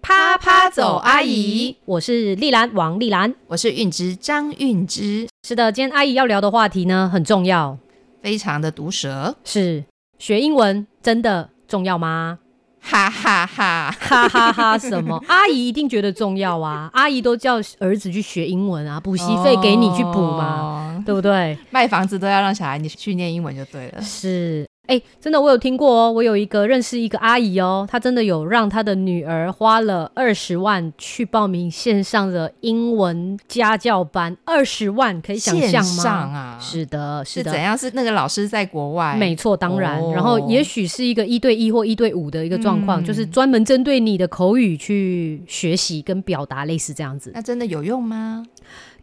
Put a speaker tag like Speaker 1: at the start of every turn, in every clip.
Speaker 1: 啪啪走，阿姨》，我是丽兰王丽兰。
Speaker 2: 我是韵之张韵之，
Speaker 1: 是的，今天阿姨要聊的话题呢很重要，
Speaker 2: 非常的毒舌，
Speaker 1: 是学英文真的重要吗？
Speaker 2: 哈哈哈
Speaker 1: 哈哈哈！什 么？阿姨一定觉得重要啊！阿姨都叫儿子去学英文啊，补习费给你去补嘛，
Speaker 2: 嘛。
Speaker 1: 对不对？
Speaker 2: 哦卖房子都要让小孩你去念英文就对了。
Speaker 1: 是，哎、真的，我有听过哦。我有一个认识一个阿姨哦，她真的有让她的女儿花了二十万去报名线上的英文家教班，二十万可以想象
Speaker 2: 线
Speaker 1: 吗？
Speaker 2: 上啊
Speaker 1: 是的，是
Speaker 2: 是
Speaker 1: 的
Speaker 2: 怎。样？是那个老师在国外？
Speaker 1: 没错，当然，
Speaker 2: 哦
Speaker 1: 然后也许是一个一对一或一对五的一个状况，
Speaker 2: 嗯
Speaker 1: 就是专门针对你的口语去学习跟表达，类似这样子。
Speaker 2: 那真的有用吗？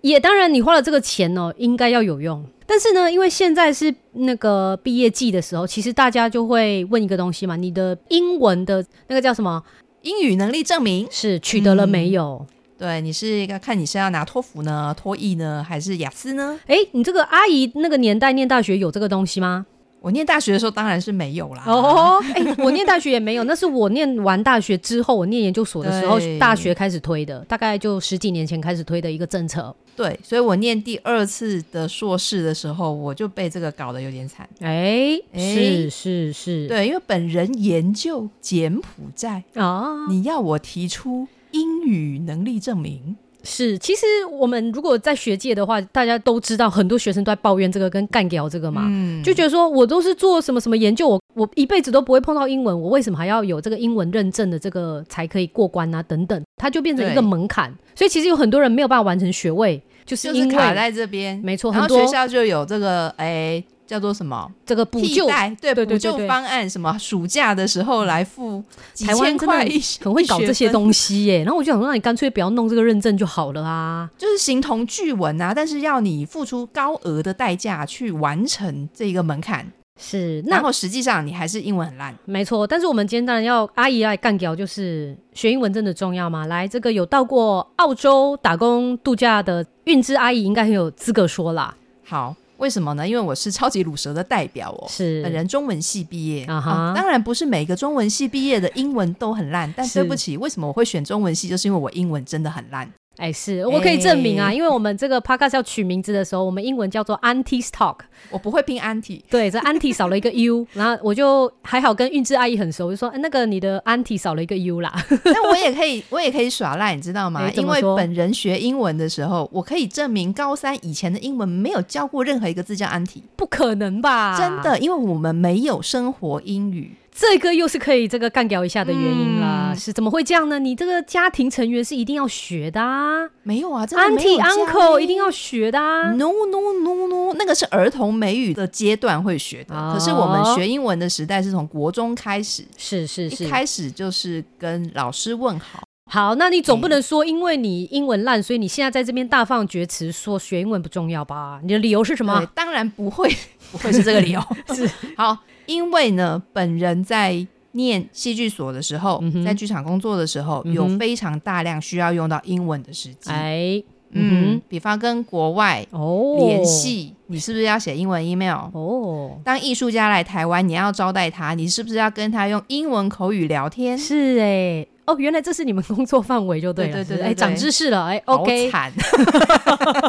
Speaker 1: 也当然，你花了这个钱哦，应该要有用。但是呢，因为现在是那个毕业季的时候，其实大家就会问一个东西嘛，你的英文的那个叫什么？
Speaker 2: 英语能力证明，
Speaker 1: 是取得了没有？
Speaker 2: 对你是一个看你是要拿托福呢、托译呢，还是雅思呢？
Speaker 1: 哎、你这个阿姨那个年代念大学有这个东西吗？
Speaker 2: 我念大学的时候当然是没有啦。
Speaker 1: 哦，哎、我念大学也没有，那是我念完大学之后，我念研究所的时候
Speaker 2: 对，
Speaker 1: 大学开始推的，大概就十几年前开始推的一个政策。
Speaker 2: 对，所以我念第二次的硕士的时候，我就被这个搞得有点惨。
Speaker 1: 哎、
Speaker 2: 哎
Speaker 1: 是是是，
Speaker 2: 对，因为本人研究柬埔寨，
Speaker 1: 啊，
Speaker 2: 你要我提出英语能力证明，
Speaker 1: 是，其实我们如果在学界的话，大家都知道，很多学生都在抱怨这个跟干掉这个嘛，
Speaker 2: 嗯
Speaker 1: 就觉得说我都是做什么什么研究，我我一辈子都不会碰到英文，我为什么还要有这个英文认证的这个才可以过关啊？等等，它就变成一个
Speaker 2: 对
Speaker 1: 门槛，所以其实有很多人没有办法完成学位，就是
Speaker 2: 就
Speaker 1: 因
Speaker 2: 是卡
Speaker 1: 为
Speaker 2: 在这边，
Speaker 1: 没错
Speaker 2: 然后
Speaker 1: 很多
Speaker 2: 学校就有这个哎。叫做什么
Speaker 1: 这个补
Speaker 2: 替
Speaker 1: 救。
Speaker 2: 代？对
Speaker 1: 对对
Speaker 2: 补
Speaker 1: 对
Speaker 2: 救
Speaker 1: 对
Speaker 2: 方案，什么暑假的时候来付几
Speaker 1: 台湾
Speaker 2: 千
Speaker 1: 真
Speaker 2: 块
Speaker 1: 的
Speaker 2: 一，
Speaker 1: 很会搞这些
Speaker 2: 一学分
Speaker 1: 东西耶、然后我就想说，那你干脆不要弄这个认证就好了啊。
Speaker 2: 就是形同巨文啊，但是要你付出高额的代价去完成这个门槛，
Speaker 1: 是，那
Speaker 2: 然后实际上你还是英文很烂。
Speaker 1: 没错，但是我们今天当然要阿姨来干掉，就是学英文真的重要吗？来，这个有到过澳洲打工度假的韵之阿姨应该很有资格说啦，
Speaker 2: 好，为什么呢？因为我是超级乳蛇的代表哦。本
Speaker 1: 是
Speaker 2: 人中文系毕业
Speaker 1: 啊哈
Speaker 2: 哦当然不是每个中文系毕业的英文都很烂，但
Speaker 1: 是
Speaker 2: 对不起，为什么我会选中文系，就是因为我英文真的很烂。
Speaker 1: 哎、是我可以证明啊，
Speaker 2: 哎
Speaker 1: 因为我们这个 podcast 要取名字的时候，我们英文叫做 Auntie Talk，
Speaker 2: 我不会拼 anti，
Speaker 1: 对，这 Auntie 少了一个 U，然后我就还好跟韵之阿姨很熟，就说、哎那个你的 Auntie 少了一个 U 啦，
Speaker 2: 但我也可以，我也可以耍赖，你知道吗
Speaker 1: 哎？怎
Speaker 2: 因
Speaker 1: 么
Speaker 2: 为
Speaker 1: 说
Speaker 2: 本人学英文的时候，我可以证明高三以前的英文没有教过任何一个字叫 anti，
Speaker 1: 不可能吧？
Speaker 2: 真的，因为我们没有生活英语。
Speaker 1: 这个又是可以这个干掉一下的原因啦，
Speaker 2: 嗯
Speaker 1: 是怎么会这样呢？你这个家庭成员是一定要学的啊
Speaker 2: 没有啊，真的没
Speaker 1: ，auntie
Speaker 2: 有教
Speaker 1: uncle
Speaker 2: 欸
Speaker 1: 一定要学的啊。
Speaker 2: No no no no，那个是儿童美语的阶段会学的，
Speaker 1: 哦
Speaker 2: 可是我们学英文的时代是从国中开始，
Speaker 1: 是是
Speaker 2: 一
Speaker 1: 是，
Speaker 2: 开始就是跟老师问好。
Speaker 1: 好，那你总不
Speaker 2: 哎
Speaker 1: 能说因为你英文烂，所以你现在在这边大放厥词说学英文不重要吧？你的理由是什
Speaker 2: 对
Speaker 1: 么？，
Speaker 2: 当然不 会，不会是这个理由。
Speaker 1: 是
Speaker 2: 好，因为呢，本人在念戏剧所的时候，
Speaker 1: 嗯哼
Speaker 2: 在剧场工作的时候，
Speaker 1: 嗯哼
Speaker 2: 有非常大量需要用到英文的时机。
Speaker 1: 哎，
Speaker 2: 嗯
Speaker 1: 嗯，
Speaker 2: 比方跟国外
Speaker 1: 哼，哦，
Speaker 2: 联系，你是不是要写英文 email？
Speaker 1: 哦，
Speaker 2: 当艺术家来台湾，你要招待他，你是不是要跟他用英文口语聊天？
Speaker 1: 是哎、哦，原来这是你们工作范围就对了，
Speaker 2: 对对对
Speaker 1: 是不是
Speaker 2: 对
Speaker 1: 哎，
Speaker 2: 对
Speaker 1: 长知识了，哎，OK，
Speaker 2: 好惨。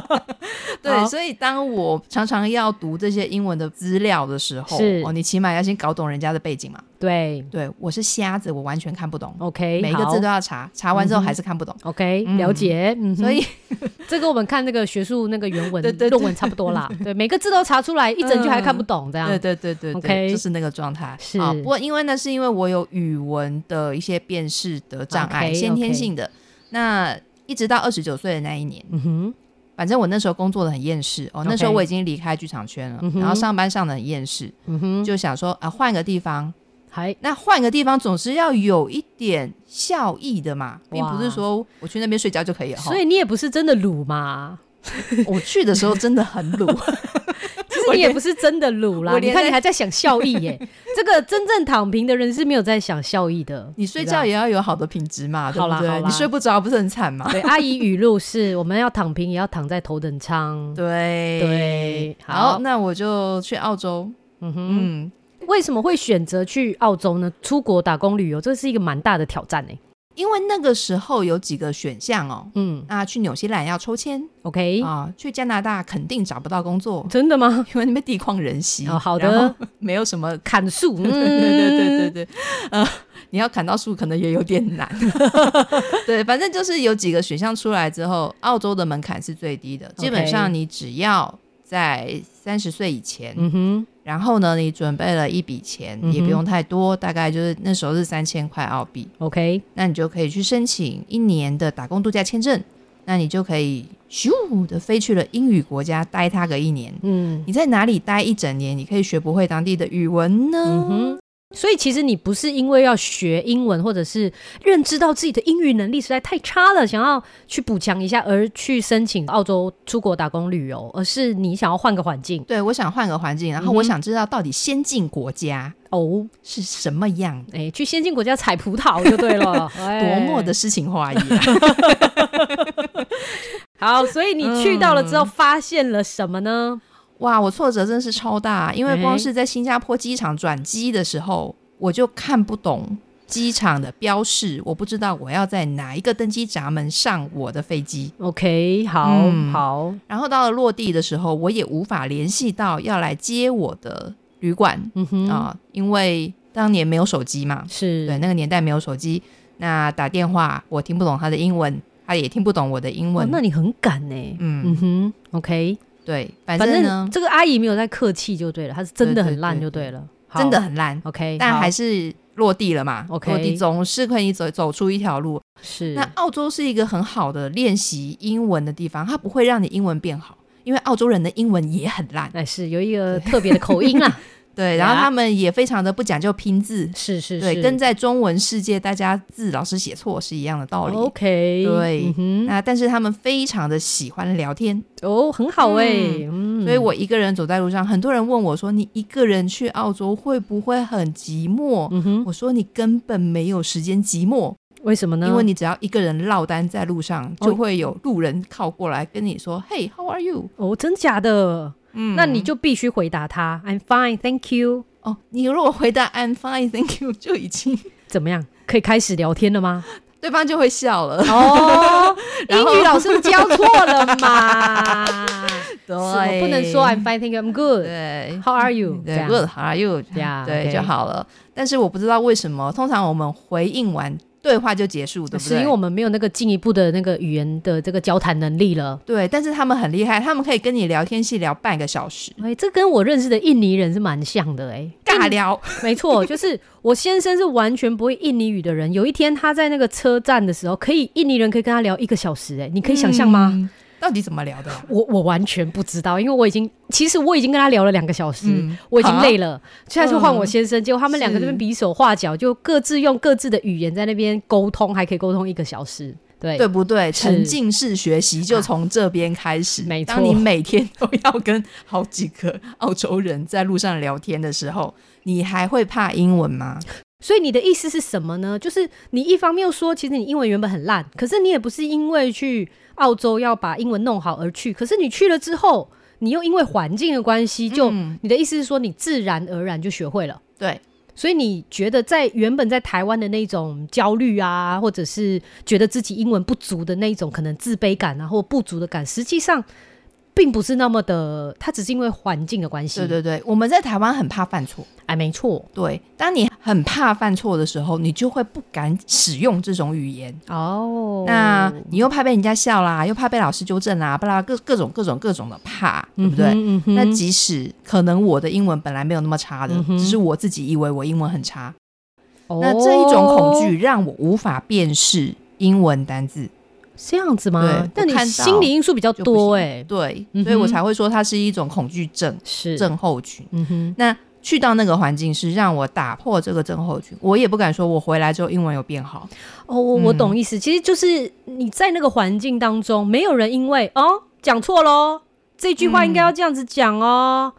Speaker 1: 好
Speaker 2: 对，所以当我常常要读这些英文的资料的时候，
Speaker 1: 是
Speaker 2: 哦，你起码要先搞懂人家的背景嘛。
Speaker 1: 对
Speaker 2: 对我是瞎子，我完全看不懂，
Speaker 1: ，OK，
Speaker 2: 每一个
Speaker 1: 好
Speaker 2: 字都要查，查完之后
Speaker 1: 嗯哼
Speaker 2: 还是看不懂。
Speaker 1: OK，、
Speaker 2: 嗯
Speaker 1: 了解。嗯哼，
Speaker 2: 所以
Speaker 1: 这跟我们看那个学术那个原文
Speaker 2: 对对对
Speaker 1: 论文差不多啦。对，每个字都查出来，一整句还看不懂，这样、
Speaker 2: 对对对对
Speaker 1: OK
Speaker 2: 对，就是那个状态。
Speaker 1: 是
Speaker 2: 啊，不过因为呢，是因为我有语文的一些辨识的障碍
Speaker 1: OK，
Speaker 2: 先天
Speaker 1: OK
Speaker 2: 性的。那一直到二十九岁的那一年，
Speaker 1: 嗯哼，
Speaker 2: 反正我那时候工作的很厌世哦，
Speaker 1: OK
Speaker 2: 那时候我已经离开剧场圈了
Speaker 1: 嗯哼
Speaker 2: 然后上班上的很厌世，
Speaker 1: 嗯哼，
Speaker 2: 就想说啊换个地方，
Speaker 1: 还
Speaker 2: 那换个地方总是要有一点效益的嘛，并
Speaker 1: 哇
Speaker 2: 不是说我去那边睡觉就可以了。
Speaker 1: 所以你也不是真的鲁嘛？
Speaker 2: 齁 我去的时候真的很鲁，
Speaker 1: 是你也不是真的卤啦
Speaker 2: 我，连
Speaker 1: 你看
Speaker 2: 在
Speaker 1: 你还在想效益 耶、这个真正躺平的人是没有在想效益的。
Speaker 2: 你睡觉
Speaker 1: 也
Speaker 2: 也要有好的品质嘛，对
Speaker 1: 好啦
Speaker 2: 不
Speaker 1: 好
Speaker 2: 对？
Speaker 1: 啦
Speaker 2: 你睡不着不是很惨吗？
Speaker 1: 对，阿姨语录是我们要躺平，也要躺在头等舱。
Speaker 2: 对
Speaker 1: 对好
Speaker 2: 好，那我就去澳洲。
Speaker 1: 嗯哼，
Speaker 2: 嗯，
Speaker 1: 为什么会选择去澳洲呢？出国打工旅游，这是一个蛮大的挑战哎、
Speaker 2: 因为那个时候有几个选项哦。
Speaker 1: 嗯
Speaker 2: 那去纽西兰要抽签
Speaker 1: ，OK，、
Speaker 2: 啊，去加拿大肯定找不到工作，
Speaker 1: 真的吗？
Speaker 2: 因为那边地旷人稀。
Speaker 1: 哦好的，
Speaker 2: 没有什么。
Speaker 1: 砍树，嗯、
Speaker 2: 对对对对对，呃，你要砍到树可能也有点 难。对，反正就是有几个选项出来之后，澳洲的门槛是最低的，基本
Speaker 1: OK
Speaker 2: 上你只要在三十岁以前，
Speaker 1: 嗯哼，
Speaker 2: 然后呢，你准备了一笔钱，
Speaker 1: 嗯哼
Speaker 2: 也不用太多，大概就是那时候是三千块澳币，
Speaker 1: OK，
Speaker 2: 那你就可以去申请一年的打工度假签证，那你就可以咻的飞去了英语国家待它个一年。
Speaker 1: 嗯
Speaker 2: 你在哪里待一整年，你可以学不会当地的语文呢？
Speaker 1: 嗯哼。所以其实你不是因为要学英文，或者是认知到自己的英语能力实在太差了，想要去补强一下而去申请澳洲出国打工旅游，而是你想要换个环境
Speaker 2: 对，我想换个环境，然后
Speaker 1: 嗯哼
Speaker 2: 我想知道到底先进国家
Speaker 1: 哦，
Speaker 2: 是什么样的，
Speaker 1: 哎、去先进国家采葡萄就对 了，哎
Speaker 2: 多
Speaker 1: 多
Speaker 2: 么的诗情画意、 啊。
Speaker 1: 好，所以你去到了之后发现了什么呢？
Speaker 2: 哇，我挫折真是超大，因为光
Speaker 1: 哎
Speaker 2: 是在新加坡机场转机的时候，我就看不懂机场的标示，我不知道我要在哪一个登机闸门上我的飞机。
Speaker 1: OK，好、
Speaker 2: 嗯
Speaker 1: 好，
Speaker 2: 然后到了落地的时候，我也无法联系到要来接我的旅馆
Speaker 1: 嗯
Speaker 2: 啊、
Speaker 1: 哼，
Speaker 2: 因为当年没有手机嘛，
Speaker 1: 是
Speaker 2: 对，那个年代没有手机，那打电话我听不懂他的英文，他也听不懂我的英
Speaker 1: 哦
Speaker 2: 文。
Speaker 1: 那你很敢呢、
Speaker 2: 嗯
Speaker 1: 嗯，哼，OK，
Speaker 2: 对，反
Speaker 1: 反
Speaker 2: 正
Speaker 1: 正
Speaker 2: 呢，
Speaker 1: 这个阿姨没有在客气就对了，她是真的很烂就对了，好
Speaker 2: 真的很烂，
Speaker 1: OK，
Speaker 2: 但
Speaker 1: 好
Speaker 2: 还是落地了嘛。
Speaker 1: OK
Speaker 2: 落地总是可以走走出一条路。
Speaker 1: 是
Speaker 2: 那澳洲是一个很好的练习英文的地方，它不会让你英文变好，因为澳洲人的英文也很烂。
Speaker 1: 哎是有一个特别的口音啊 啦，
Speaker 2: 对，然后他们也非常的不讲究拼字，
Speaker 1: 是是是，
Speaker 2: 对，跟在中文世界大家字老是写错是一样的道理。
Speaker 1: OK，
Speaker 2: 对
Speaker 1: 嗯哼，
Speaker 2: 那但是他们非常的喜欢聊天，
Speaker 1: 哦，很好哎、嗯，
Speaker 2: 所以我一个人走在路上，很多人问我说：“你一个人去澳洲会不会很寂寞？”
Speaker 1: 嗯哼，
Speaker 2: 我说你根本没有时间寂寞，
Speaker 1: 为什么呢？
Speaker 2: 因为你只要一个人落单在路上，
Speaker 1: 嗯哦
Speaker 2: 就会有路人靠过来跟你说：“Hey, how are you？”
Speaker 1: 哦，真假的，
Speaker 2: 嗯
Speaker 1: 那你就必须回答她 i m fine，thank you，
Speaker 2: 哦，你如果回答 “I'm fine, thank you”，就 已经
Speaker 1: 怎么样？可以开始聊天了吗？
Speaker 2: 对方就会笑了。
Speaker 1: 哦，
Speaker 2: 然后
Speaker 1: 英语老师教错了 嘛？是我不能说 I'm fine, thank you, I'm good.
Speaker 2: 对
Speaker 1: How are you？这
Speaker 2: 对
Speaker 1: 样
Speaker 2: ，Good, how are you？
Speaker 1: Yeah，
Speaker 2: 对
Speaker 1: OK
Speaker 2: 就好了。但是我不知道为什么，通常我们回应完对话就结束，对不
Speaker 1: 是因为
Speaker 2: 对
Speaker 1: 我？们没有那个进一步的那个语言的这个交谈能力了。
Speaker 2: 对，但是他们很厉害，他们可以跟你聊天系聊半个小时，
Speaker 1: 哎、这跟我认识的印尼人是蛮像的哎、
Speaker 2: 尬聊。
Speaker 1: 没 错，就是我先生是完全不会印尼语的人。有一天他在那个车站的时候，可以印尼人可以跟他聊一个小时哎、你可以想象吗？
Speaker 2: 嗯？到底怎么聊的啊？
Speaker 1: 我我完全不知道，因为我已经其实我已经跟他聊了两个小时，
Speaker 2: 嗯
Speaker 1: 我已经
Speaker 2: 好
Speaker 1: 累了，所以他就换我
Speaker 2: 嗯
Speaker 1: 先生，结果他们两个这边
Speaker 2: 是
Speaker 1: 比手画脚，就各自用各自的语言在那边沟通，还可以沟通一个小时。对，
Speaker 2: 对不对？
Speaker 1: 是
Speaker 2: 沉浸式学习就从这边开始。
Speaker 1: 没错
Speaker 2: 当你每天都要跟好几个澳洲人在路上聊天的时候，你还会怕英文吗？
Speaker 1: 所以你的意思是什么呢？就是你一方面又说，其实你英文原本很烂，可是你也不是因为去澳洲要把英文弄好而去，可是你去了之后，你又因为环境的关系，就、
Speaker 2: 嗯
Speaker 1: 你的意思是说，你自然而然就学会了。
Speaker 2: 对，
Speaker 1: 所以你觉得在原本在台湾的那种焦虑啊，或者是觉得自己英文不足的那一种可能自卑感啊，或不足的感，实际上并不是那么的，它只是因为环境的关系。
Speaker 2: 对对对，我们在台湾很怕犯错。
Speaker 1: 哎，没错。
Speaker 2: 对，当你很怕犯错的时候，你就会不敢使用这种语言。
Speaker 1: 哦
Speaker 2: 那你又怕被人家笑啦，又怕被老师纠正啦，巴拉各各种各种各种的怕，对不对？
Speaker 1: 嗯哼
Speaker 2: 那即使可能我的英文本来没有那么差的，
Speaker 1: 嗯哼
Speaker 2: 只是我自己以为我英文很差，
Speaker 1: 哦
Speaker 2: 那这一种恐惧让我无法辨识英文单字，
Speaker 1: 这样子吗
Speaker 2: 对？
Speaker 1: 但你
Speaker 2: 我看到
Speaker 1: 心理因素比较
Speaker 2: 就不行
Speaker 1: 多哎、
Speaker 2: 对，
Speaker 1: 嗯哼
Speaker 2: 所以我才会说它是一种恐惧症
Speaker 1: 是，
Speaker 2: 症候群。
Speaker 1: 嗯哼，
Speaker 2: 那去到那个环境是让我打破这个症候群，我也不敢说我回来之后英文有变好，
Speaker 1: 哦，我我
Speaker 2: 嗯
Speaker 1: 懂意思，其实就是你在那个环境当中，没有人因为哦讲错喽，这句话应该要这样子讲哦。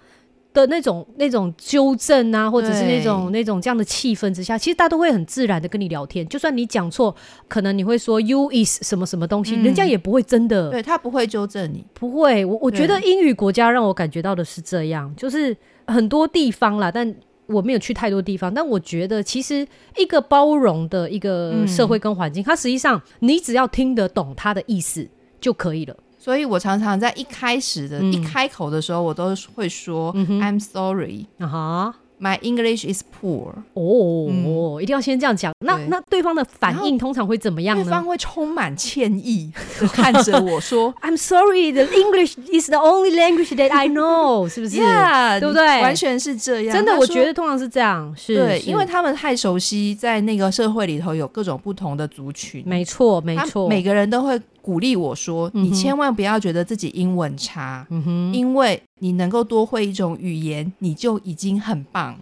Speaker 1: 的那种那种纠正啊，或者是那
Speaker 2: 对
Speaker 1: 种那种这样的气氛之下，其实大家都会很自然的跟你聊天。就算你讲错，可能你会说 you is 什么什么东西，
Speaker 2: 嗯
Speaker 1: 人家也不会真的
Speaker 2: 对他不会纠正你，
Speaker 1: 不会，我我觉
Speaker 2: 对
Speaker 1: 得英语国家让我感觉到的是这样，就是很多地方啦，但我没有去太多地方，但我觉得其实一个包容的一个
Speaker 2: 嗯
Speaker 1: 社会跟环境，它实际上你只要听得懂它的意思就可以了。
Speaker 2: 所以我常常在一开始的、
Speaker 1: 嗯
Speaker 2: 一开口的时候，我都会说、
Speaker 1: 嗯哼
Speaker 2: I'm sorry,
Speaker 1: 啊哈，
Speaker 2: my English is poor。
Speaker 1: 哦，
Speaker 2: 嗯
Speaker 1: 一定要先这样讲。那
Speaker 2: 对
Speaker 1: 那对方的反应通常会怎么样
Speaker 2: 对
Speaker 1: 呢
Speaker 2: 方会充满歉意 地看着 我说
Speaker 1: ？I'm sorry, the English is the only language that I know，是不是
Speaker 2: Yeah，
Speaker 1: 对不对
Speaker 2: 你完全是这样。
Speaker 1: 真的，
Speaker 2: 他
Speaker 1: 我
Speaker 2: 说
Speaker 1: 觉得通常是这样，是
Speaker 2: 对，
Speaker 1: 是
Speaker 2: 因为他们太熟悉，在那个社会里头有各种不同的族群，
Speaker 1: 没错，没
Speaker 2: 他
Speaker 1: 错，
Speaker 2: 每个人都会鼓励我说：“
Speaker 1: 嗯哼
Speaker 2: 你千万不要觉得自己英文差，
Speaker 1: 嗯哼。
Speaker 2: 因为你能够多会一种语言，你就已经很棒。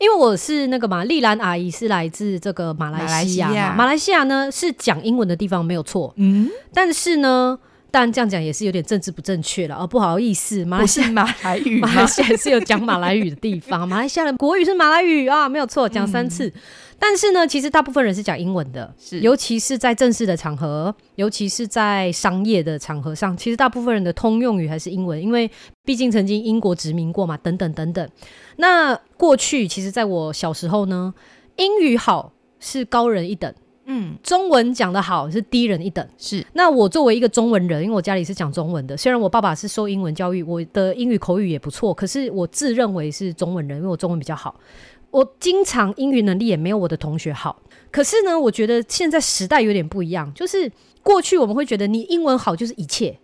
Speaker 1: 因为我是那个嘛，丽兰阿姨是来自这个马来西亚
Speaker 2: 马来西
Speaker 1: 嘛，
Speaker 2: 亚
Speaker 1: 马来西亚呢是讲英文的地方没有错”，
Speaker 2: 嗯，
Speaker 1: 但是呢，当然这样讲也是有点政治不正确了，哦，不好意思，马来
Speaker 2: 不
Speaker 1: 西亚
Speaker 2: 是马来语吗
Speaker 1: 马？来西亚是有讲马来语的地方， 马来西亚的国语是马来语啊，没有错，讲三次。但是呢，其实大部分人是讲英文的，
Speaker 2: 嗯是
Speaker 1: 尤其是在正式的场合，尤其是在商业的场合上，其实大部分人的通用语还是英文，因为毕竟曾经英国殖民过嘛，等等等等。那过去其实在我小时候呢，英语好是高人一等，
Speaker 2: 嗯，
Speaker 1: 中文讲得好是低人一等。
Speaker 2: 是
Speaker 1: 那我作为一个中文人，因为我家里是讲中文的，虽然我爸爸是受英文教育，我的英语口语也不错，可是我自认为是中文人，因为我中文比较好。我经常英语能力也没有我的同学好，可是呢，我觉得现在时代有点不一样，就是过去我们会觉得你英文好就是一切，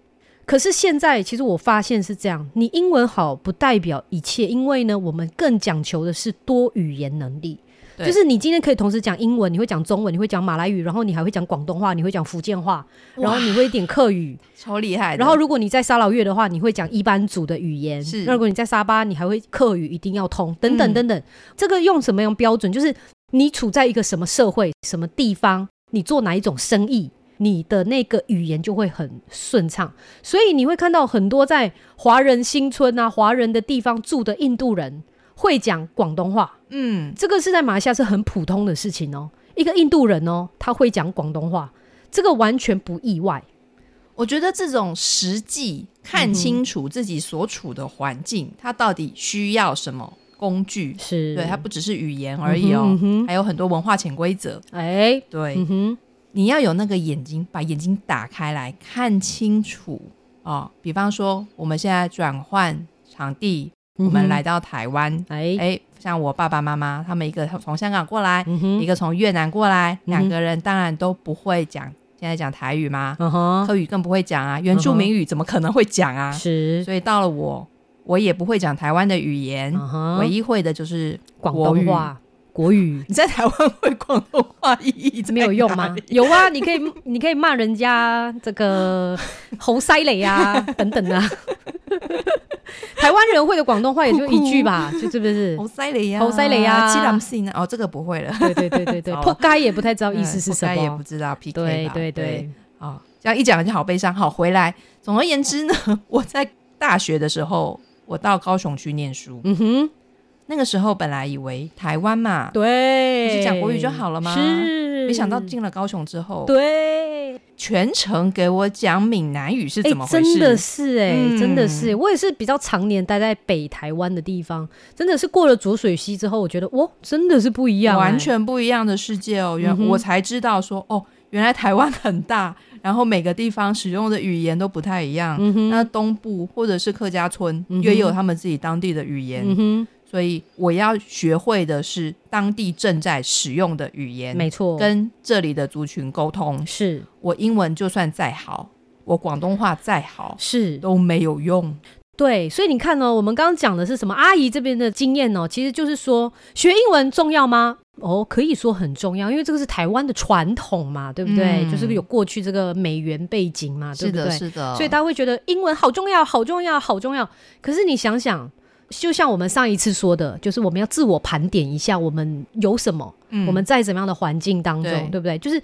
Speaker 1: 可是现在其实我发现是这样，你英文好不代表一切，因为呢，我们更讲求的是多语言能力。
Speaker 2: 对
Speaker 1: 就是你今天可以同时讲英文，你会讲中文，你会讲马来语，然后你还会讲广东话，你会讲福建话，然后你会一点客语，
Speaker 2: 超厉害的。
Speaker 1: 然后如果你在沙劳越的话，你会讲一班族的语言；
Speaker 2: 是
Speaker 1: 那如果你在沙巴，你还会客语，一定要通，等等
Speaker 2: 嗯
Speaker 1: 等等。这个用什么样标准？就是你处在一个什么社会、什么地方，你做哪一种生意，你的那个语言就会很顺畅。所以你会看到很多在华人新村啊、华人的地方住的印度人会讲广东话。
Speaker 2: 嗯，
Speaker 1: 这个是在马来西亚是很普通的事情哦。一个印度人哦，他会讲广东话，这个完全不意外。
Speaker 2: 我觉得这种实际看清楚自己所处的环境，它到底需要什么工具，
Speaker 1: 嗯是
Speaker 2: 对，它不只是语言而已哦，
Speaker 1: 嗯哼嗯哼
Speaker 2: 还有很多文化潜规则。
Speaker 1: 哎，
Speaker 2: 对，
Speaker 1: 嗯哼，
Speaker 2: 你要有那个眼睛，把眼睛打开来看清楚哦。比方说，我们现在转换场地，我
Speaker 1: 嗯
Speaker 2: 们
Speaker 1: 哼
Speaker 2: 来到台湾，
Speaker 1: 哎，
Speaker 2: 哎、像我爸爸妈妈他们一个从香港过来，
Speaker 1: 嗯哼，
Speaker 2: 一个从越南过来，两
Speaker 1: 嗯
Speaker 2: 个人当然都不会讲，现在讲台语嘛，
Speaker 1: 嗯哼，
Speaker 2: 客语更不会讲啊，原住民语怎么可能会讲啊？
Speaker 1: 是，
Speaker 2: 所以到了我，我也不会讲台湾的语言，
Speaker 1: 嗯
Speaker 2: 唯
Speaker 1: 哼，
Speaker 2: 一会的就是
Speaker 1: 广
Speaker 2: 国
Speaker 1: 东
Speaker 2: 语。
Speaker 1: 话、国 语
Speaker 2: 你在台湾会广东话意义在
Speaker 1: 没有用吗
Speaker 2: 哪里？
Speaker 1: 有啊，你可以，你可以骂人家这 个红塞雷啊，等等啊。台湾人会的广东话也就一句吧，就是不是？
Speaker 2: 好犀利呀，
Speaker 1: 好犀利啊
Speaker 2: 七郎信啊，哦，这个不 会了，
Speaker 1: 对对对对对，
Speaker 2: 糟了
Speaker 1: 扑街也不太知道意思是什
Speaker 2: 嗯我大概也不
Speaker 1: 么。
Speaker 2: 知道 PK 吧
Speaker 1: 对对
Speaker 2: 对，
Speaker 1: 对，
Speaker 2: 啊，这样一讲就好悲伤。好，回来，总而言之呢， 我在大学的时候，我到高雄去念书，
Speaker 1: 嗯哼，
Speaker 2: 那个时候本来以为台湾嘛，
Speaker 1: 对，
Speaker 2: 不是讲国语就好了吗
Speaker 1: 是，
Speaker 2: 没想到进了高雄之后，
Speaker 1: 对，
Speaker 2: 全程给我讲闽南语是怎么回事？
Speaker 1: 哎真的是哎、
Speaker 2: 嗯
Speaker 1: 真的是、我也是比较常年待在北台湾的地方，真的是过了浊水溪之后，我觉得哇，真的是不一样、哎
Speaker 2: 完全不一样的世界哦。原、
Speaker 1: 嗯哼
Speaker 2: 我才知道说，哦，原来台湾很大， 然后每个地方使用的语言都不太一样。
Speaker 1: 嗯哼
Speaker 2: 那东部或者是客家村、
Speaker 1: 嗯哼
Speaker 2: 也有他们自己当地的语言，
Speaker 1: 嗯哼，
Speaker 2: 所以我要学会的是当地正在使用的语言，
Speaker 1: 没错，
Speaker 2: 跟这里的族群沟通。
Speaker 1: 是
Speaker 2: 我英文就算再好，我广东话再好
Speaker 1: 是，
Speaker 2: 都没有用。
Speaker 1: 对，所以你看哦，我们刚刚讲的是什么？阿姨这边的经验哦，其实就是说学英文重要吗？哦，可以说很重要，因为这个是台湾的传统嘛，对不对？
Speaker 2: 嗯
Speaker 1: 就是有过去这个美元背景嘛，啊对
Speaker 2: 是
Speaker 1: 不对？
Speaker 2: 的，是的，
Speaker 1: 所以大家会觉得英文好重要，好重要，好重要。可是你想想，就像我们上一次说的，就是我们要自我盘点一下，我们有什么，
Speaker 2: 嗯
Speaker 1: 我们在怎么样的环境当中，
Speaker 2: 对
Speaker 1: 对不对？就是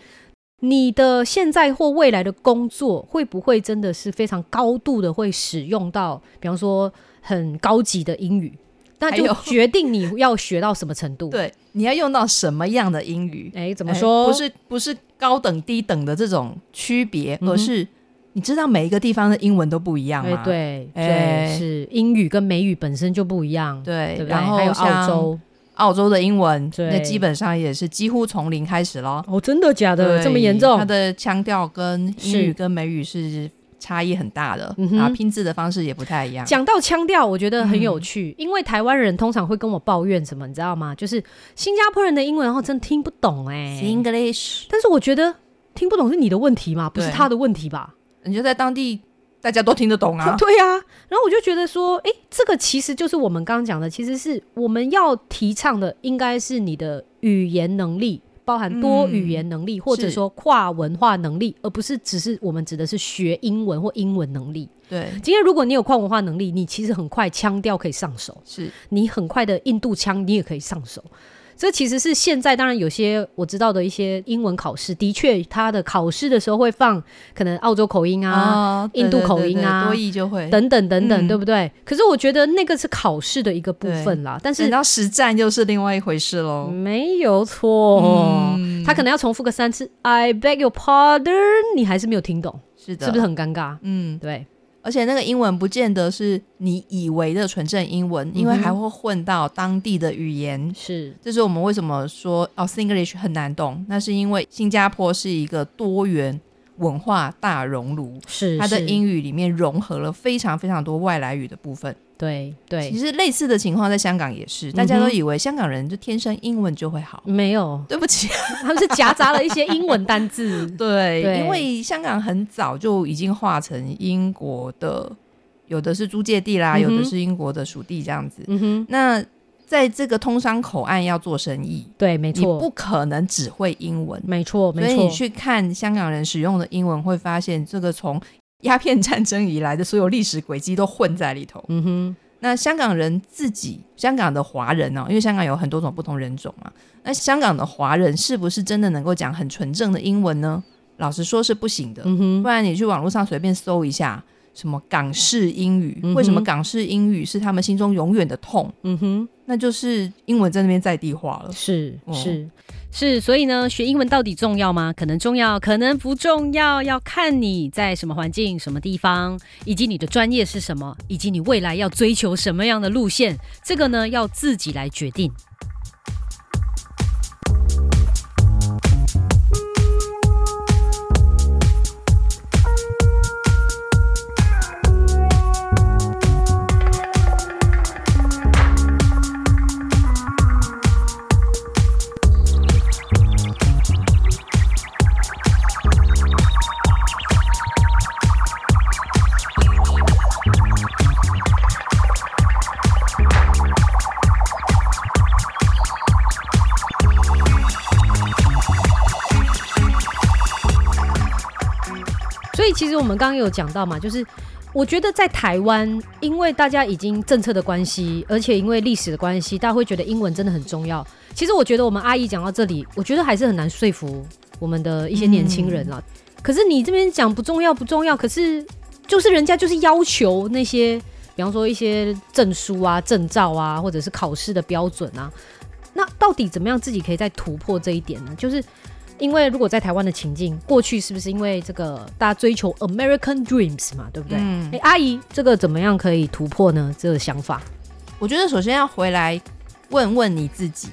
Speaker 1: 你的现在或未来的工作，会不会真的是非常高度的会使用到，比方说很高级的英语？那
Speaker 2: 还
Speaker 1: 就
Speaker 2: 有
Speaker 1: 决定你要学到什么程度。，
Speaker 2: 对，你要用到什么样的英语？
Speaker 1: 哎，怎么
Speaker 2: 哎
Speaker 1: 说？
Speaker 2: 不是不是高等低等的这种区别，
Speaker 1: 嗯哼
Speaker 2: 而是你知道每一个地方的英文都不一样
Speaker 1: 哎
Speaker 2: 吗？，
Speaker 1: 对对，
Speaker 2: 哎
Speaker 1: 是英语跟美语本身就不一样，
Speaker 2: 对
Speaker 1: 对不对？
Speaker 2: 然后
Speaker 1: 还有澳
Speaker 2: 像
Speaker 1: 洲，
Speaker 2: 澳洲的英文，
Speaker 1: 对
Speaker 2: 那基本上也是几乎从零开始咯。
Speaker 1: 哦，真的假的？
Speaker 2: 对
Speaker 1: 这么严重
Speaker 2: 它？的腔调跟英
Speaker 1: 是
Speaker 2: 语跟美语是差异很大的，
Speaker 1: 嗯哼
Speaker 2: 然后拼字的方式也不太一样。
Speaker 1: 讲到腔调，我觉得很
Speaker 2: 嗯
Speaker 1: 有趣，因为台湾人通常会跟我抱怨什么，你知道吗？就是新加坡人的英文，然后真听不懂哎、
Speaker 2: English，
Speaker 1: 但是我觉得听不懂是你的问题嘛，不是
Speaker 2: 对
Speaker 1: 他的问题吧？
Speaker 2: 你就在当地大家都听得懂 啊。
Speaker 1: 对啊，然后我就觉得说，诶，这个其实就是我们刚刚讲的，其实是我们要提倡的，应该是你的语言能力，包含多语言能力，或者
Speaker 2: 嗯是
Speaker 1: 说跨文化能力，而不是只是我们指的是学英文或英文能力。
Speaker 2: 对，
Speaker 1: 今天如果你有跨文化能力，你其实很快腔调可以上手，
Speaker 2: 是
Speaker 1: 你很快的印度腔你也可以上手。这其实是现在，当然有些我知道的一些英文考试，的确它的考试的时候会放可能澳洲口音啊，
Speaker 2: 啊
Speaker 1: 印度口音啊
Speaker 2: 多译就会。
Speaker 1: 等等等等，
Speaker 2: 嗯
Speaker 1: 对不对？可是我觉得那个是考试的一个部分啦，但
Speaker 2: 等
Speaker 1: 是嗯
Speaker 2: 到实战又是另外一回事喽。
Speaker 1: 没有错，他可能要重复个三次，I beg your pardon，你还是没有听懂，
Speaker 2: 是的，
Speaker 1: 是不是？很尴尬？
Speaker 2: 嗯，
Speaker 1: 对，
Speaker 2: 而且那个英文不见得是你以为的纯正英文，因为
Speaker 1: 嗯哼
Speaker 2: 还会混到当地的语言。
Speaker 1: 是
Speaker 2: 这是我们为什么说哦，Singlish 很难懂，那是因为新加坡是一个多元文化大熔炉，
Speaker 1: 是，
Speaker 2: 它的
Speaker 1: 是
Speaker 2: 英语里面融合了非常非常多外来语的部分。
Speaker 1: 对
Speaker 2: 其
Speaker 1: 对，嗯
Speaker 2: 实类似的情况在香港也是，
Speaker 1: 哼嗯
Speaker 2: 大家都以为香港人就天生英文就会好，
Speaker 1: 没有，
Speaker 2: 对不起，，
Speaker 1: 他们是夹杂了一些英文单字
Speaker 2: 对，
Speaker 1: 对
Speaker 2: 因为香港很早就已经划成英国的，有的是租界地
Speaker 1: 嗯
Speaker 2: 啦，
Speaker 1: 哼
Speaker 2: 有的是英国的属地这样子。
Speaker 1: 嗯哼，
Speaker 2: 那在这个通商口岸要做生意，
Speaker 1: 对，没
Speaker 2: 你
Speaker 1: 错，
Speaker 2: 不可能只会英文，
Speaker 1: 没错，
Speaker 2: 所
Speaker 1: 没
Speaker 2: 以
Speaker 1: 错
Speaker 2: 你，去看香港人使用的英文，会发现这个从鸦片战争以来的所有历史轨迹都混在里头。
Speaker 1: 嗯哼，
Speaker 2: 那香港人自己，香港的华人哦呢、因为香港有很多种不同人种嘛，那香港的华人是不是真的能够讲很纯正的英文呢？老实说是不行的，
Speaker 1: 嗯哼
Speaker 2: 不，然你去网络上随便搜一下。什么港式英语？
Speaker 1: 嗯哼
Speaker 2: 为什么港式英语是他们心中永远的痛？
Speaker 1: 嗯哼。
Speaker 2: 那就是英文在那边在地化了。
Speaker 1: 是
Speaker 2: 哦
Speaker 1: 是是，所以呢，学英文到底重要吗？可能重要，可能不重要，要看你在什么环境、什么地方，以及你的专业是什么，以及你未来要追求什么样的路线，这个呢要自己来决定。所以其实我们刚刚有讲到嘛，就是我觉得在台湾，因为大家已经政策的关系，而且因为历史的关系，大家会觉得英文真的很重要。其实我觉得我们阿姨讲到这里，我觉得还是很难说服我们的一些年轻人啦。可是你这边讲不重要不重要，可是就是人家就是要求那些，比方说一些证书啊、证照啊，或者是考试的标准啊。那到底怎么样自己可以再突破这一点呢？就是因为如果在台湾的情境，过去是不是因为这个大家追求 American dreams 嘛，对不对？哎、
Speaker 2: 嗯，
Speaker 1: 阿姨，这个怎么样可以突破呢？这个想法，
Speaker 2: 我觉得首先要回来问问你自己，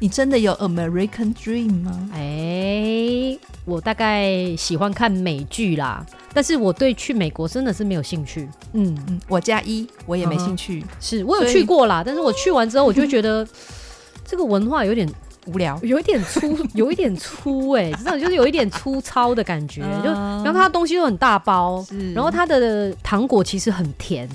Speaker 2: 你真的有 American Dream 吗？
Speaker 1: 哎、我大概喜欢看美剧啦，但是我对去美国真的是没有兴趣。嗯，
Speaker 2: 嗯，我加一，我也没兴趣，
Speaker 1: 是我有
Speaker 2: 所以
Speaker 1: 去过啦，但是我去完之后，我就觉 得这个文化有点
Speaker 2: 无聊。
Speaker 1: 有一点粗，有一点粗哎、真的就是有一点粗糙的感觉。就然后它东西都很大包，
Speaker 2: 嗯是嗯
Speaker 1: 然后它的糖果其实很甜，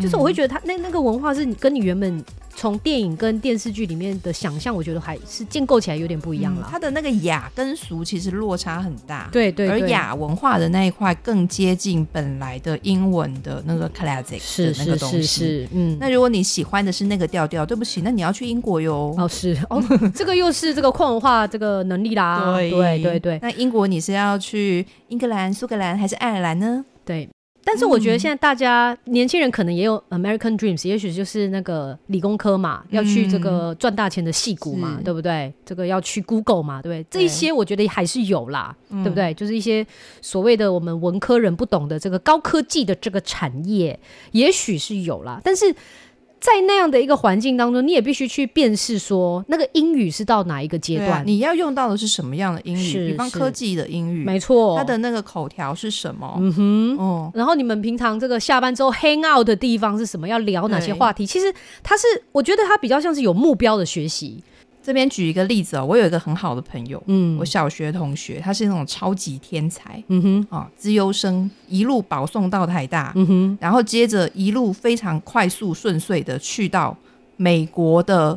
Speaker 1: 就是我会
Speaker 2: 得，
Speaker 1: 觉得它那那个文化是你跟你原本从电影跟电视剧里面的想象，我觉得还是建构起来有点不一样
Speaker 2: 嗯
Speaker 1: 了。
Speaker 2: 它的那个雅跟俗其实落差很大。。
Speaker 1: 对对
Speaker 2: 而
Speaker 1: 对，
Speaker 2: 雅文化的那一块更接近本来的英文的那个 classic
Speaker 1: 是
Speaker 2: 的那
Speaker 1: 是
Speaker 2: 个东西。
Speaker 1: 是是，嗯，
Speaker 2: 那如果你喜欢的是那个调调，对不起，那你要去英国哟。
Speaker 1: 哦是哦，这个又是这个跨文化这个能力啊 啦，对对对
Speaker 2: 那英国你是要去英格兰、苏格兰还是爱尔兰呢？
Speaker 1: 对。但是我觉得
Speaker 2: 嗯
Speaker 1: 现在大家、年轻人可能也有 American dreams，也许就是那个理工科嘛，要去这个赚大钱的戏骨嘛，
Speaker 2: 嗯是
Speaker 1: 对不对？这个要去 Google 嘛，对不对？这一些我觉得还是有啦，
Speaker 2: 嗯
Speaker 1: 对不对？就是一些所谓的我们文科人不懂的这个高科技的这个产业，也许是有啦，但是。在那样的一个环境当中，你也必须去辨识说那个英语是到哪一个阶
Speaker 2: 对啊
Speaker 1: 段。
Speaker 2: 你要用到的是什么样的英
Speaker 1: 是
Speaker 2: 语？比方
Speaker 1: 是
Speaker 2: 科技的英语，
Speaker 1: 没错，
Speaker 2: 它的那个口条是什么？
Speaker 1: 嗯哼，
Speaker 2: 哦，
Speaker 1: 然后你们平常这个下班之后 hang out 的地方是什么？要聊哪些
Speaker 2: 对
Speaker 1: 话题？其实它是，我觉得它比较像是有目标的学习。
Speaker 2: 这边举一个例子哦，我有一个很好的朋友，
Speaker 1: 嗯
Speaker 2: 我小学同学，他是那种超级天才
Speaker 1: 嗯哼，
Speaker 2: 啊、哦，资优生，一路保送到台大，
Speaker 1: 嗯哼，
Speaker 2: 然后接着一路非常快速顺遂的去到美国的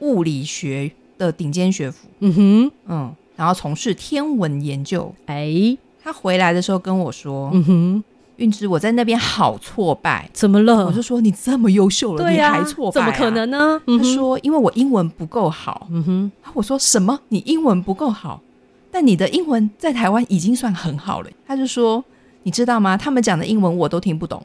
Speaker 2: 物理学的顶尖学府，
Speaker 1: 嗯哼，
Speaker 2: 嗯，然后从事天文研究。
Speaker 1: 哎，
Speaker 2: 他回来的时候跟我说
Speaker 1: 嗯哼，：“
Speaker 2: 韵、之，我在那边好挫败。
Speaker 1: 怎么
Speaker 2: 我
Speaker 1: 了
Speaker 2: 就？说：“你这么优秀
Speaker 1: 嗯
Speaker 2: 了，
Speaker 1: 对
Speaker 2: 你
Speaker 1: 呀、
Speaker 2: 还挫败、
Speaker 1: 怎
Speaker 2: 啊
Speaker 1: 么可？”能呢？嗯
Speaker 2: 他
Speaker 1: 哼，
Speaker 2: 说：“因为我英文不够好。
Speaker 1: 嗯哼，
Speaker 2: 啊我说：“什么？你英文不够好？但你的英文在台湾已经算很好了。”他就说：“你知道吗？他们讲的英文我都听不懂。”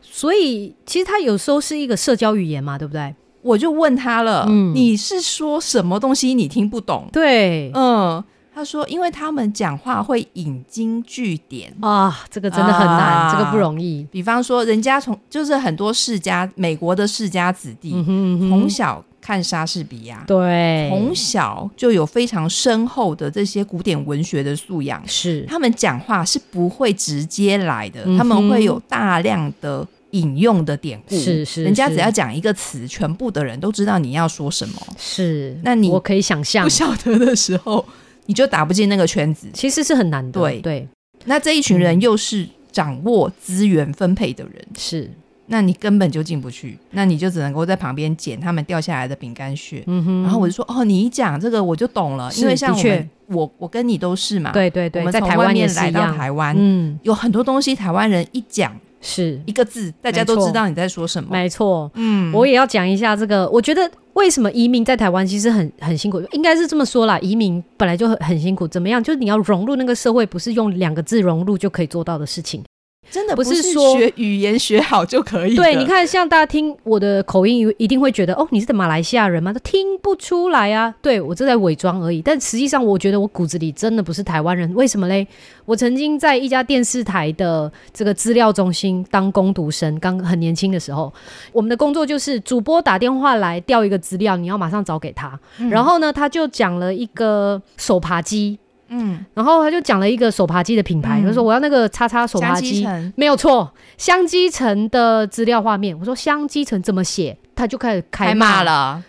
Speaker 1: 所以其实它有时候是一个社交语言嘛，对不对？
Speaker 2: 我就问他了，
Speaker 1: 嗯
Speaker 2: 你是说什么东西你听不懂？
Speaker 1: 对、
Speaker 2: 嗯，他说，因为他们讲话会引经据典，
Speaker 1: 啊，这个真的很难，
Speaker 2: 啊
Speaker 1: 这个不容易。
Speaker 2: 比方说，人家从就是很多世家，美国的世家子弟，
Speaker 1: 嗯哼，嗯哼
Speaker 2: 从小看莎士比亚，
Speaker 1: 对，
Speaker 2: 从小就有非常深厚的这些古典文学的素养。
Speaker 1: 是
Speaker 2: 他们讲话是不会直接来的，
Speaker 1: 嗯哼
Speaker 2: 他们会有大量的引用的典故。
Speaker 1: 是是
Speaker 2: 人家只
Speaker 1: 是
Speaker 2: 要讲一个词，全部的人都知道你要说什么。
Speaker 1: 是，
Speaker 2: 那你
Speaker 1: 我可以想象
Speaker 2: 不，晓得的时候，你就打不进那个圈子。
Speaker 1: 其实是很难的。
Speaker 2: 对
Speaker 1: 对，
Speaker 2: 那这一群人又是掌握资源分配的人，
Speaker 1: 是，
Speaker 2: 那你根本就进不去，那你就只能够在旁边捡他们掉下来的饼干屑。
Speaker 1: 嗯哼。
Speaker 2: 然后我就说，哦，你一讲这个我就懂了，
Speaker 1: 是
Speaker 2: 因为像我
Speaker 1: 的
Speaker 2: 们
Speaker 1: 确，
Speaker 2: 我我跟你都是嘛，，
Speaker 1: 对对对，
Speaker 2: 啊我们
Speaker 1: 在
Speaker 2: 从
Speaker 1: 台
Speaker 2: 外
Speaker 1: 湾也
Speaker 2: 面
Speaker 1: 是
Speaker 2: 来
Speaker 1: 一
Speaker 2: 到
Speaker 1: 样。
Speaker 2: 台湾，
Speaker 1: 嗯，
Speaker 2: 有很多东西台湾人一讲
Speaker 1: 是
Speaker 2: 一个字，大家都
Speaker 1: 没错
Speaker 2: 知道你在说什么。
Speaker 1: 没错。
Speaker 2: 嗯，
Speaker 1: 我也要讲一下这个，我觉得为什么移民在台湾其实很很辛苦，应该是这么说啦。移民本来就很很辛苦，怎么样？就是你要融入那个社会，不是用两个字融入就可以做到的事情。
Speaker 2: 真的
Speaker 1: 不
Speaker 2: 是
Speaker 1: 是说
Speaker 2: 学语言学好就可以的。
Speaker 1: 对，你看，像大家听我的口音，一定会觉得哦，你是马来西亚人吗？都听不出来啊。对我这在伪装而已，但实际上我觉得我骨子里真的不是台湾人。为什么嘞？ 我曾经在一家电视台的这个资料中心当工读生，刚很年轻的时候，我们的工作就是主播打电话来调一个资料，你要马上找给他。
Speaker 2: 嗯
Speaker 1: 然后呢，他就讲了一个手扒鸡，
Speaker 2: 嗯，
Speaker 1: 然后他就讲了一个手扒鸡的品牌，
Speaker 2: 嗯
Speaker 1: 他说我要那个叉叉手扒
Speaker 2: 江
Speaker 1: 鸡
Speaker 2: 西。城
Speaker 1: 没有错，香积城的资料画面，我说香积城怎么写，他就开始开
Speaker 2: 开
Speaker 1: 骂
Speaker 2: 骂。了，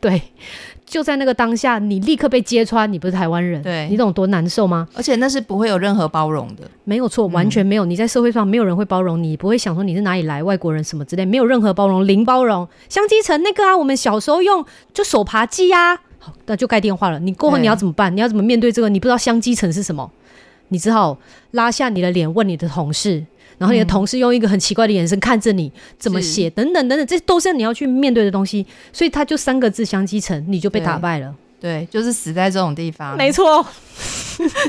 Speaker 1: 对，就在那个当下，你立刻被揭穿，你不是台湾人，
Speaker 2: 对
Speaker 1: 你懂多难受吗？
Speaker 2: 而且那是不会有任何包容的。
Speaker 1: 没有错，
Speaker 2: 嗯
Speaker 1: 完全没有。你在社会上没有人会包容你，不会想说你是哪里来外国人什么之类，没有任何包容，零包容。香积城那个啊，我们小时候用就手扒鸡呀、好，那就盖电话了。你过后
Speaker 2: 对
Speaker 1: 你要怎么办？你要怎么面对这个？你不知道香积城是什么，你只好拉下你的脸问你的同事。然后你的
Speaker 2: 嗯
Speaker 1: 同事用一个很奇怪的眼神看着你，怎么
Speaker 2: 是
Speaker 1: 写等等等等，这都是你要去面对的东西。所以他就三个字“香积城”，你就被
Speaker 2: 对
Speaker 1: 打败了。
Speaker 2: 对，就是死在这种地方。
Speaker 1: 没错，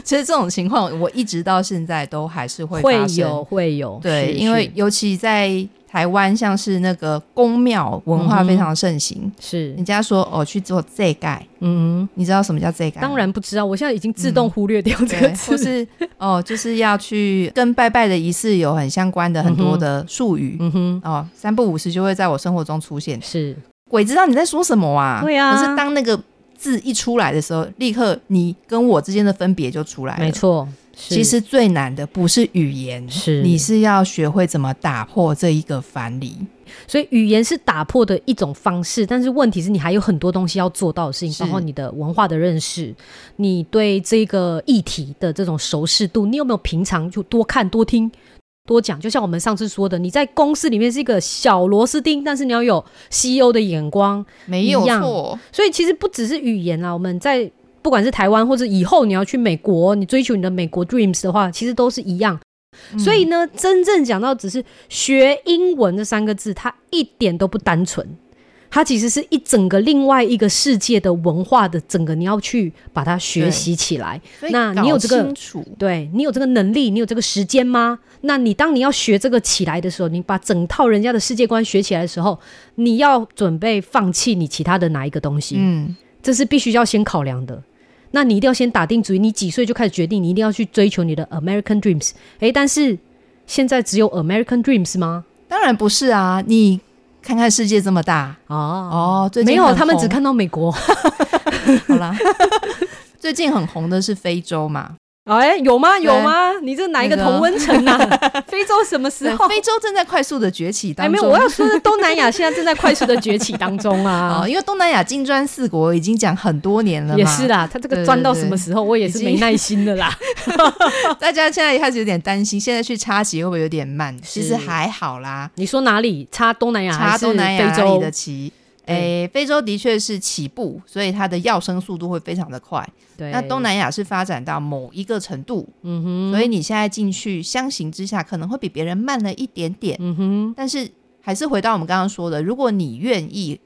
Speaker 2: 其实这种情况，我一直到现在都还是会
Speaker 1: 会
Speaker 2: 发生
Speaker 1: 有会有，
Speaker 2: 对，
Speaker 1: 是
Speaker 2: 因为
Speaker 1: 是
Speaker 2: 尤其在台湾，像是那个宫庙文
Speaker 1: 嗯
Speaker 2: 化非常盛行。人
Speaker 1: 是
Speaker 2: 家说哦，去做这盖，
Speaker 1: 嗯。
Speaker 2: 你知道什么叫这盖？
Speaker 1: 当。然不知道，我现在已经自动忽略掉这个
Speaker 2: 嗯对，
Speaker 1: 字。
Speaker 2: 或是哦，就是要去跟拜拜的仪式有很相关的很多的术语、
Speaker 1: 嗯哼，
Speaker 2: 哦，三不五时就会在我生活中出现。
Speaker 1: 是
Speaker 2: 鬼知道你在说什么啊？
Speaker 1: 对啊
Speaker 2: 可是当那个字一出来的时候，立刻你跟我之间的分别就出来了。
Speaker 1: 没错。是
Speaker 2: 其实最难的不是语言，
Speaker 1: 是
Speaker 2: 你是要学会怎么打破这一个藩篱。
Speaker 1: 所以语言是打破的一种方式，但是问题是你还有很多东西要做到的事情，
Speaker 2: 是
Speaker 1: 包括你的文化的认识，你对这个议题的这种熟视度，你有没有平常就多看、多听、多讲？就像我们上次说的，你在公司里面是一个小螺丝钉，但是你要有 CEO 的眼光，
Speaker 2: 没有
Speaker 1: 一样
Speaker 2: 错，
Speaker 1: 所以其实不只是语言啦，啊我们在不管是台湾或者以后你要去美国，你追求你的美国 dreams 的话，其实都是一样。
Speaker 2: 嗯
Speaker 1: 所以呢，真正讲到只是学英文这三个字，它一点都不单纯，它其实是一整个另外一个世界的文化的整个，你要去把它学习起来。
Speaker 2: 所以
Speaker 1: 那你
Speaker 2: 搞
Speaker 1: 有这个
Speaker 2: 清楚，
Speaker 1: 对你有这个能力，你有这个时间吗？那你当你要学这个起来的时候，你把整套人家的世界观学起来的时候，你要准备放弃你其他的哪一个东西？
Speaker 2: 嗯，
Speaker 1: 这是必须要先考量的。那你一定要先打定主意，你几岁就开始决定，你一定要去追求你的 American dreams。诶，但是现在只有 American dreams 吗？
Speaker 2: 当然不是啊，你看看世界这么大
Speaker 1: 哦，
Speaker 2: 哦，最近
Speaker 1: 没有，
Speaker 2: 很
Speaker 1: 他们只
Speaker 2: 红
Speaker 1: 看到美国。
Speaker 2: 好啦。 最近很红的是非洲嘛，
Speaker 1: 哎，有吗？
Speaker 2: 对
Speaker 1: 有吗？你这哪一个
Speaker 2: 那个
Speaker 1: 同温层啊？ 非洲什么时
Speaker 2: 对
Speaker 1: 候，？
Speaker 2: 非洲正在快速的崛起
Speaker 1: 哎，
Speaker 2: 当
Speaker 1: 没
Speaker 2: 中。
Speaker 1: 有，我要说的东南亚现在正在快速的崛起当中啊
Speaker 2: 啊，。因为东南亚金砖四国已经讲很多年了嘛，
Speaker 1: 也是啦，他这
Speaker 2: 对
Speaker 1: 个
Speaker 2: 对
Speaker 1: 钻到
Speaker 2: 对
Speaker 1: 什么时候，我也
Speaker 2: 已
Speaker 1: 是
Speaker 2: 经
Speaker 1: 没耐心的啦。
Speaker 2: 大家现在一开始有点担心，现在去插旗会不会有点慢？其实
Speaker 1: 是
Speaker 2: 还好啦，
Speaker 1: 你说哪里插东南亚还
Speaker 2: 插
Speaker 1: 是
Speaker 2: 东南亚
Speaker 1: 非
Speaker 2: 哪里
Speaker 1: 洲
Speaker 2: 的？旗。
Speaker 1: 对
Speaker 2: 诶，非洲的确是起步，所以它的要生速度会非常的快。
Speaker 1: 对，
Speaker 2: 那东，南亚是发展到某一个程度，
Speaker 1: 嗯哼，
Speaker 2: 所以你现在进去，相形之下可能会比别人慢了一点点。
Speaker 1: 嗯哼，
Speaker 2: 但是还是回到我们刚刚说的，如果你愿意，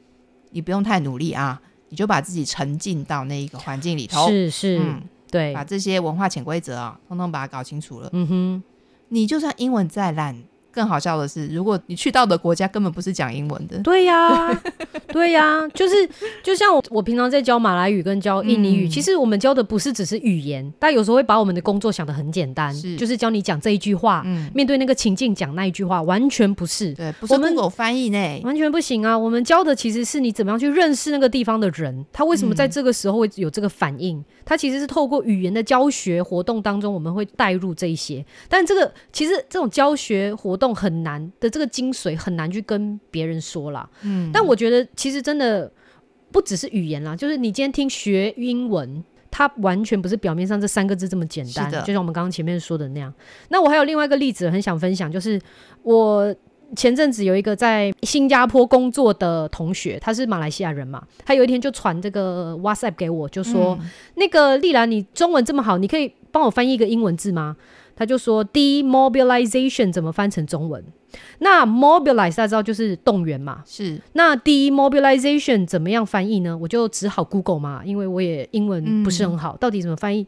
Speaker 2: 你不用太努力啊，你就把自己沉浸到那一个环境里头，
Speaker 1: 是是，
Speaker 2: 嗯，
Speaker 1: 对
Speaker 2: 把，这些文化潜规则啊，通通把它搞清楚了。
Speaker 1: 嗯哼，
Speaker 2: 你就算英文再烂，更好笑的是，如果你去到的国家根本不是讲英文的，
Speaker 1: 对啊呀、 对呀、就是就像我我平常在教马来语跟教印尼语，
Speaker 2: 嗯
Speaker 1: 其实我们教的不是只是语言，但有时候会把我们的工作想得很简单，
Speaker 2: 是
Speaker 1: 就是教你讲这一句话，
Speaker 2: 嗯，
Speaker 1: 面对那个情境讲那一句话，完全不是。
Speaker 2: 对，不是
Speaker 1: 我们
Speaker 2: Google 翻译呢，
Speaker 1: 完全不行啊！我们教的其实是你怎么样去认识那个地方的人，他为什么
Speaker 2: 嗯
Speaker 1: 在这个时候会有这个反应？他其实是透过语言的教学活动当中，我们会带入这一些。但这个其实这种教学活动很难的，这个精髓很难去跟别人说啦。
Speaker 2: 嗯，
Speaker 1: 但我觉得其实真的不只是语言啦，就是你今天听学英文。它完全不是表面上这三个字这么简单
Speaker 2: 是的，
Speaker 1: 就像我们刚刚前面说的那样。那我还有另外一个例子很想分享，就是我前阵子有一个在新加坡工作的同学，他是马来西亚人嘛，他有一天就传这个 WhatsApp 给我，就说、
Speaker 2: 嗯
Speaker 1: 那个丽兰，你中文这么好，你可以帮我翻译一个英文字吗？他就说 demobilization 怎么翻成中文？那 mobilize 大家知道就是动员嘛，
Speaker 2: 是
Speaker 1: 那 demobilization 怎么样翻译呢？我就只好 Google 嘛，因为我也英文不是很好，到底怎么翻译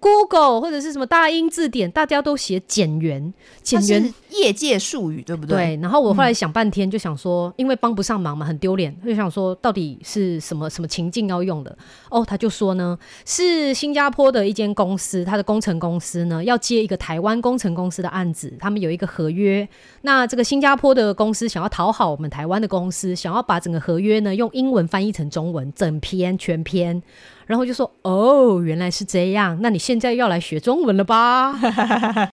Speaker 1: ？Google 或者是什么大英字典，大家都写减员，
Speaker 2: 它
Speaker 1: 减员
Speaker 2: 是业界术语，对不嗯对？
Speaker 1: 对。然后我后来想半天，就想说，因为帮不上忙嘛，很丢脸，就想说到底是什么什么情境要用的？哦，他就说呢，是新加坡的一间公司，它的工程公司呢要接一个台湾工程公司的案子，他们有一个合约，那这个新加坡的公司想要讨好我们台湾的公司，想要把整个合约呢用英文翻译成中文，整篇全篇。然后就说哦，原来是这样，那你现在要来学中文了 吧？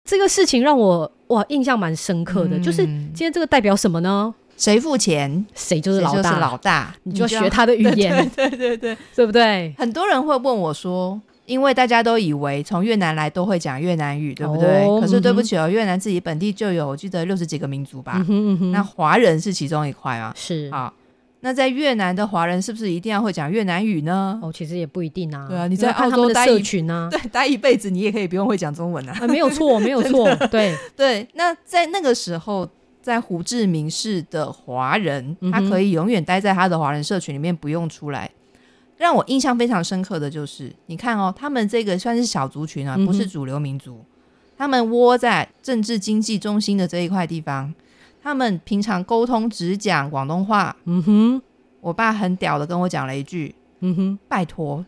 Speaker 1: 这个事情让我哇印象蛮深刻的，就是
Speaker 2: 嗯
Speaker 1: 今天这个代表什么呢？
Speaker 2: 谁付钱，
Speaker 1: 谁就
Speaker 2: 谁
Speaker 1: 是
Speaker 2: 就
Speaker 1: 老
Speaker 2: 是
Speaker 1: 大，
Speaker 2: 老大，
Speaker 1: 你就要学他的语 言，
Speaker 2: 对对对，
Speaker 1: 对不对？
Speaker 2: 很多人会问我说。因为大家都以为从越南来都会讲越南语，对不对？
Speaker 1: 哦
Speaker 2: 可是对
Speaker 1: 嗯
Speaker 2: 不
Speaker 1: 哼
Speaker 2: 起哦，越南自己本地就有，我记得六十几个民族吧。
Speaker 1: 嗯哼嗯哼，
Speaker 2: 那华人是其中一块啊。
Speaker 1: 是
Speaker 2: 好，那在越南的华人是不是一定要会讲越南语呢？
Speaker 1: 哦，其实也不一定啊。
Speaker 2: 对啊你
Speaker 1: 因为
Speaker 2: 在
Speaker 1: 看
Speaker 2: 澳
Speaker 1: 他们
Speaker 2: 洲
Speaker 1: 的
Speaker 2: 待
Speaker 1: 社
Speaker 2: 一
Speaker 1: 群 啊，
Speaker 2: 对，待一辈子你也可以不用会讲中文啊。
Speaker 1: 啊没有错，没有 错，对，
Speaker 2: 对，那在那个时候，在胡志明市的华人，
Speaker 1: 嗯哼
Speaker 2: 他可以永远待在他的华人社群里面，不用出来。让我印象非常深刻的就是，你看哦，他们这个算是小族群啊，
Speaker 1: 嗯哼
Speaker 2: 不是主流民族，他们窝在政治经济中心的这一块地方，他们平常沟通只讲广东话。
Speaker 1: 嗯哼，
Speaker 2: 我爸很屌的跟我讲了一句，
Speaker 1: 嗯哼，
Speaker 2: 拜托，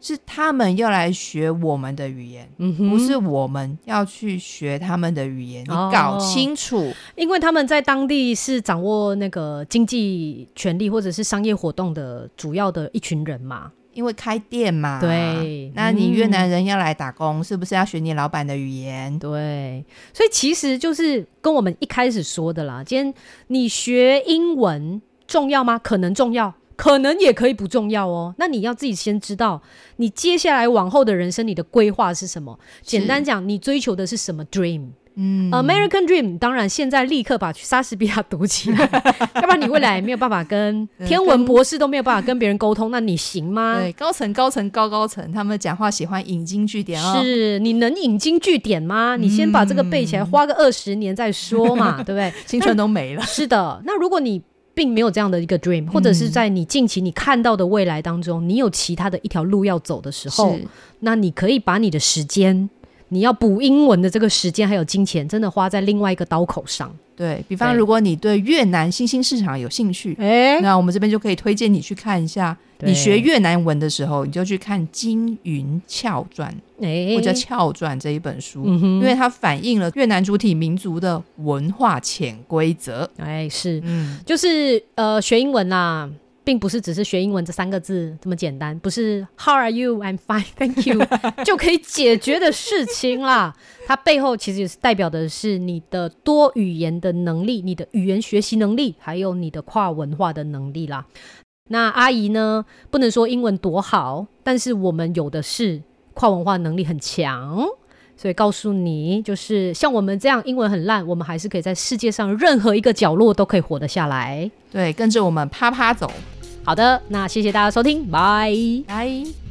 Speaker 2: 是他们要来学我们的语言，
Speaker 1: 嗯哼，
Speaker 2: 不是我们要去学他们的语言。
Speaker 1: 哦
Speaker 2: 你搞清楚，
Speaker 1: 因为他们在当地是掌握那个经济权利或者是商业活动的主要的一群人嘛。
Speaker 2: 因为开店嘛。
Speaker 1: 对
Speaker 2: 那你越
Speaker 1: 嗯
Speaker 2: 南人要来打工，是不是要学你老板的语言？
Speaker 1: 对，所以其实就是跟我们一开始说的啦。今天你学英文重要吗？可能重要，可能也可以不重要哦。那你要自己先知道，你接下来往后的人生你的规划是什么。简单讲，你追求的是什么 dream？
Speaker 2: 嗯
Speaker 1: American Dream，当然现在立刻把莎士比亚读起来， 要不然你未来没有办法 呃跟
Speaker 2: 嗯
Speaker 1: 天文博士都没有办法跟别人沟通，那你行吗？
Speaker 2: 对，高层、高层、高高层，他们讲话喜欢引经据典哦。
Speaker 1: 是你能引经据典吗？
Speaker 2: 嗯
Speaker 1: 你先 把这个背起来，花个二十年再说嘛，对不对？
Speaker 2: 青春都没了，
Speaker 1: 是的，那如果你并没有这样的一个
Speaker 2: 嗯
Speaker 1: dream，或者是在你近期你看到的未来当中，你有其他的一条路要走的时候，
Speaker 2: 是
Speaker 1: 那你可以把你的时间，你要补英文的这个时间还有金钱，真的花在另外一个刀口上。
Speaker 2: 对比方，
Speaker 1: 对
Speaker 2: 如果你对越南新兴市场有兴趣，
Speaker 1: 哎、
Speaker 2: 那我们这边就可以推荐你去看一下。
Speaker 1: 对
Speaker 2: 你学越南文的时候，你就去看《金云翘传》
Speaker 1: 哎、
Speaker 2: 或者《翘传》这一本书，
Speaker 1: 嗯哼，
Speaker 2: 因为它反映了越南主体民族的文化潜规则。
Speaker 1: 哎、是，
Speaker 2: 嗯，
Speaker 1: 就是呃，学英文啦。并不是只是学英文这三个字这么简单，不是 How are you? I'm fine, thank you 就可以解决的事情啦。它背后其实也是代表的是你的多语言的能力、你的语言学习能力，还有你的跨文化的能力啦。那阿姨呢，不能说英文多好，但是我们有的是跨文化能力很强。所以告诉你，就是像我们这样英文很烂，我们还是可以在世界上任何一个角落都可以活得下来。
Speaker 2: 对，跟着我们啪啪走，
Speaker 1: 好的，那谢谢大家收听，拜。
Speaker 2: 来。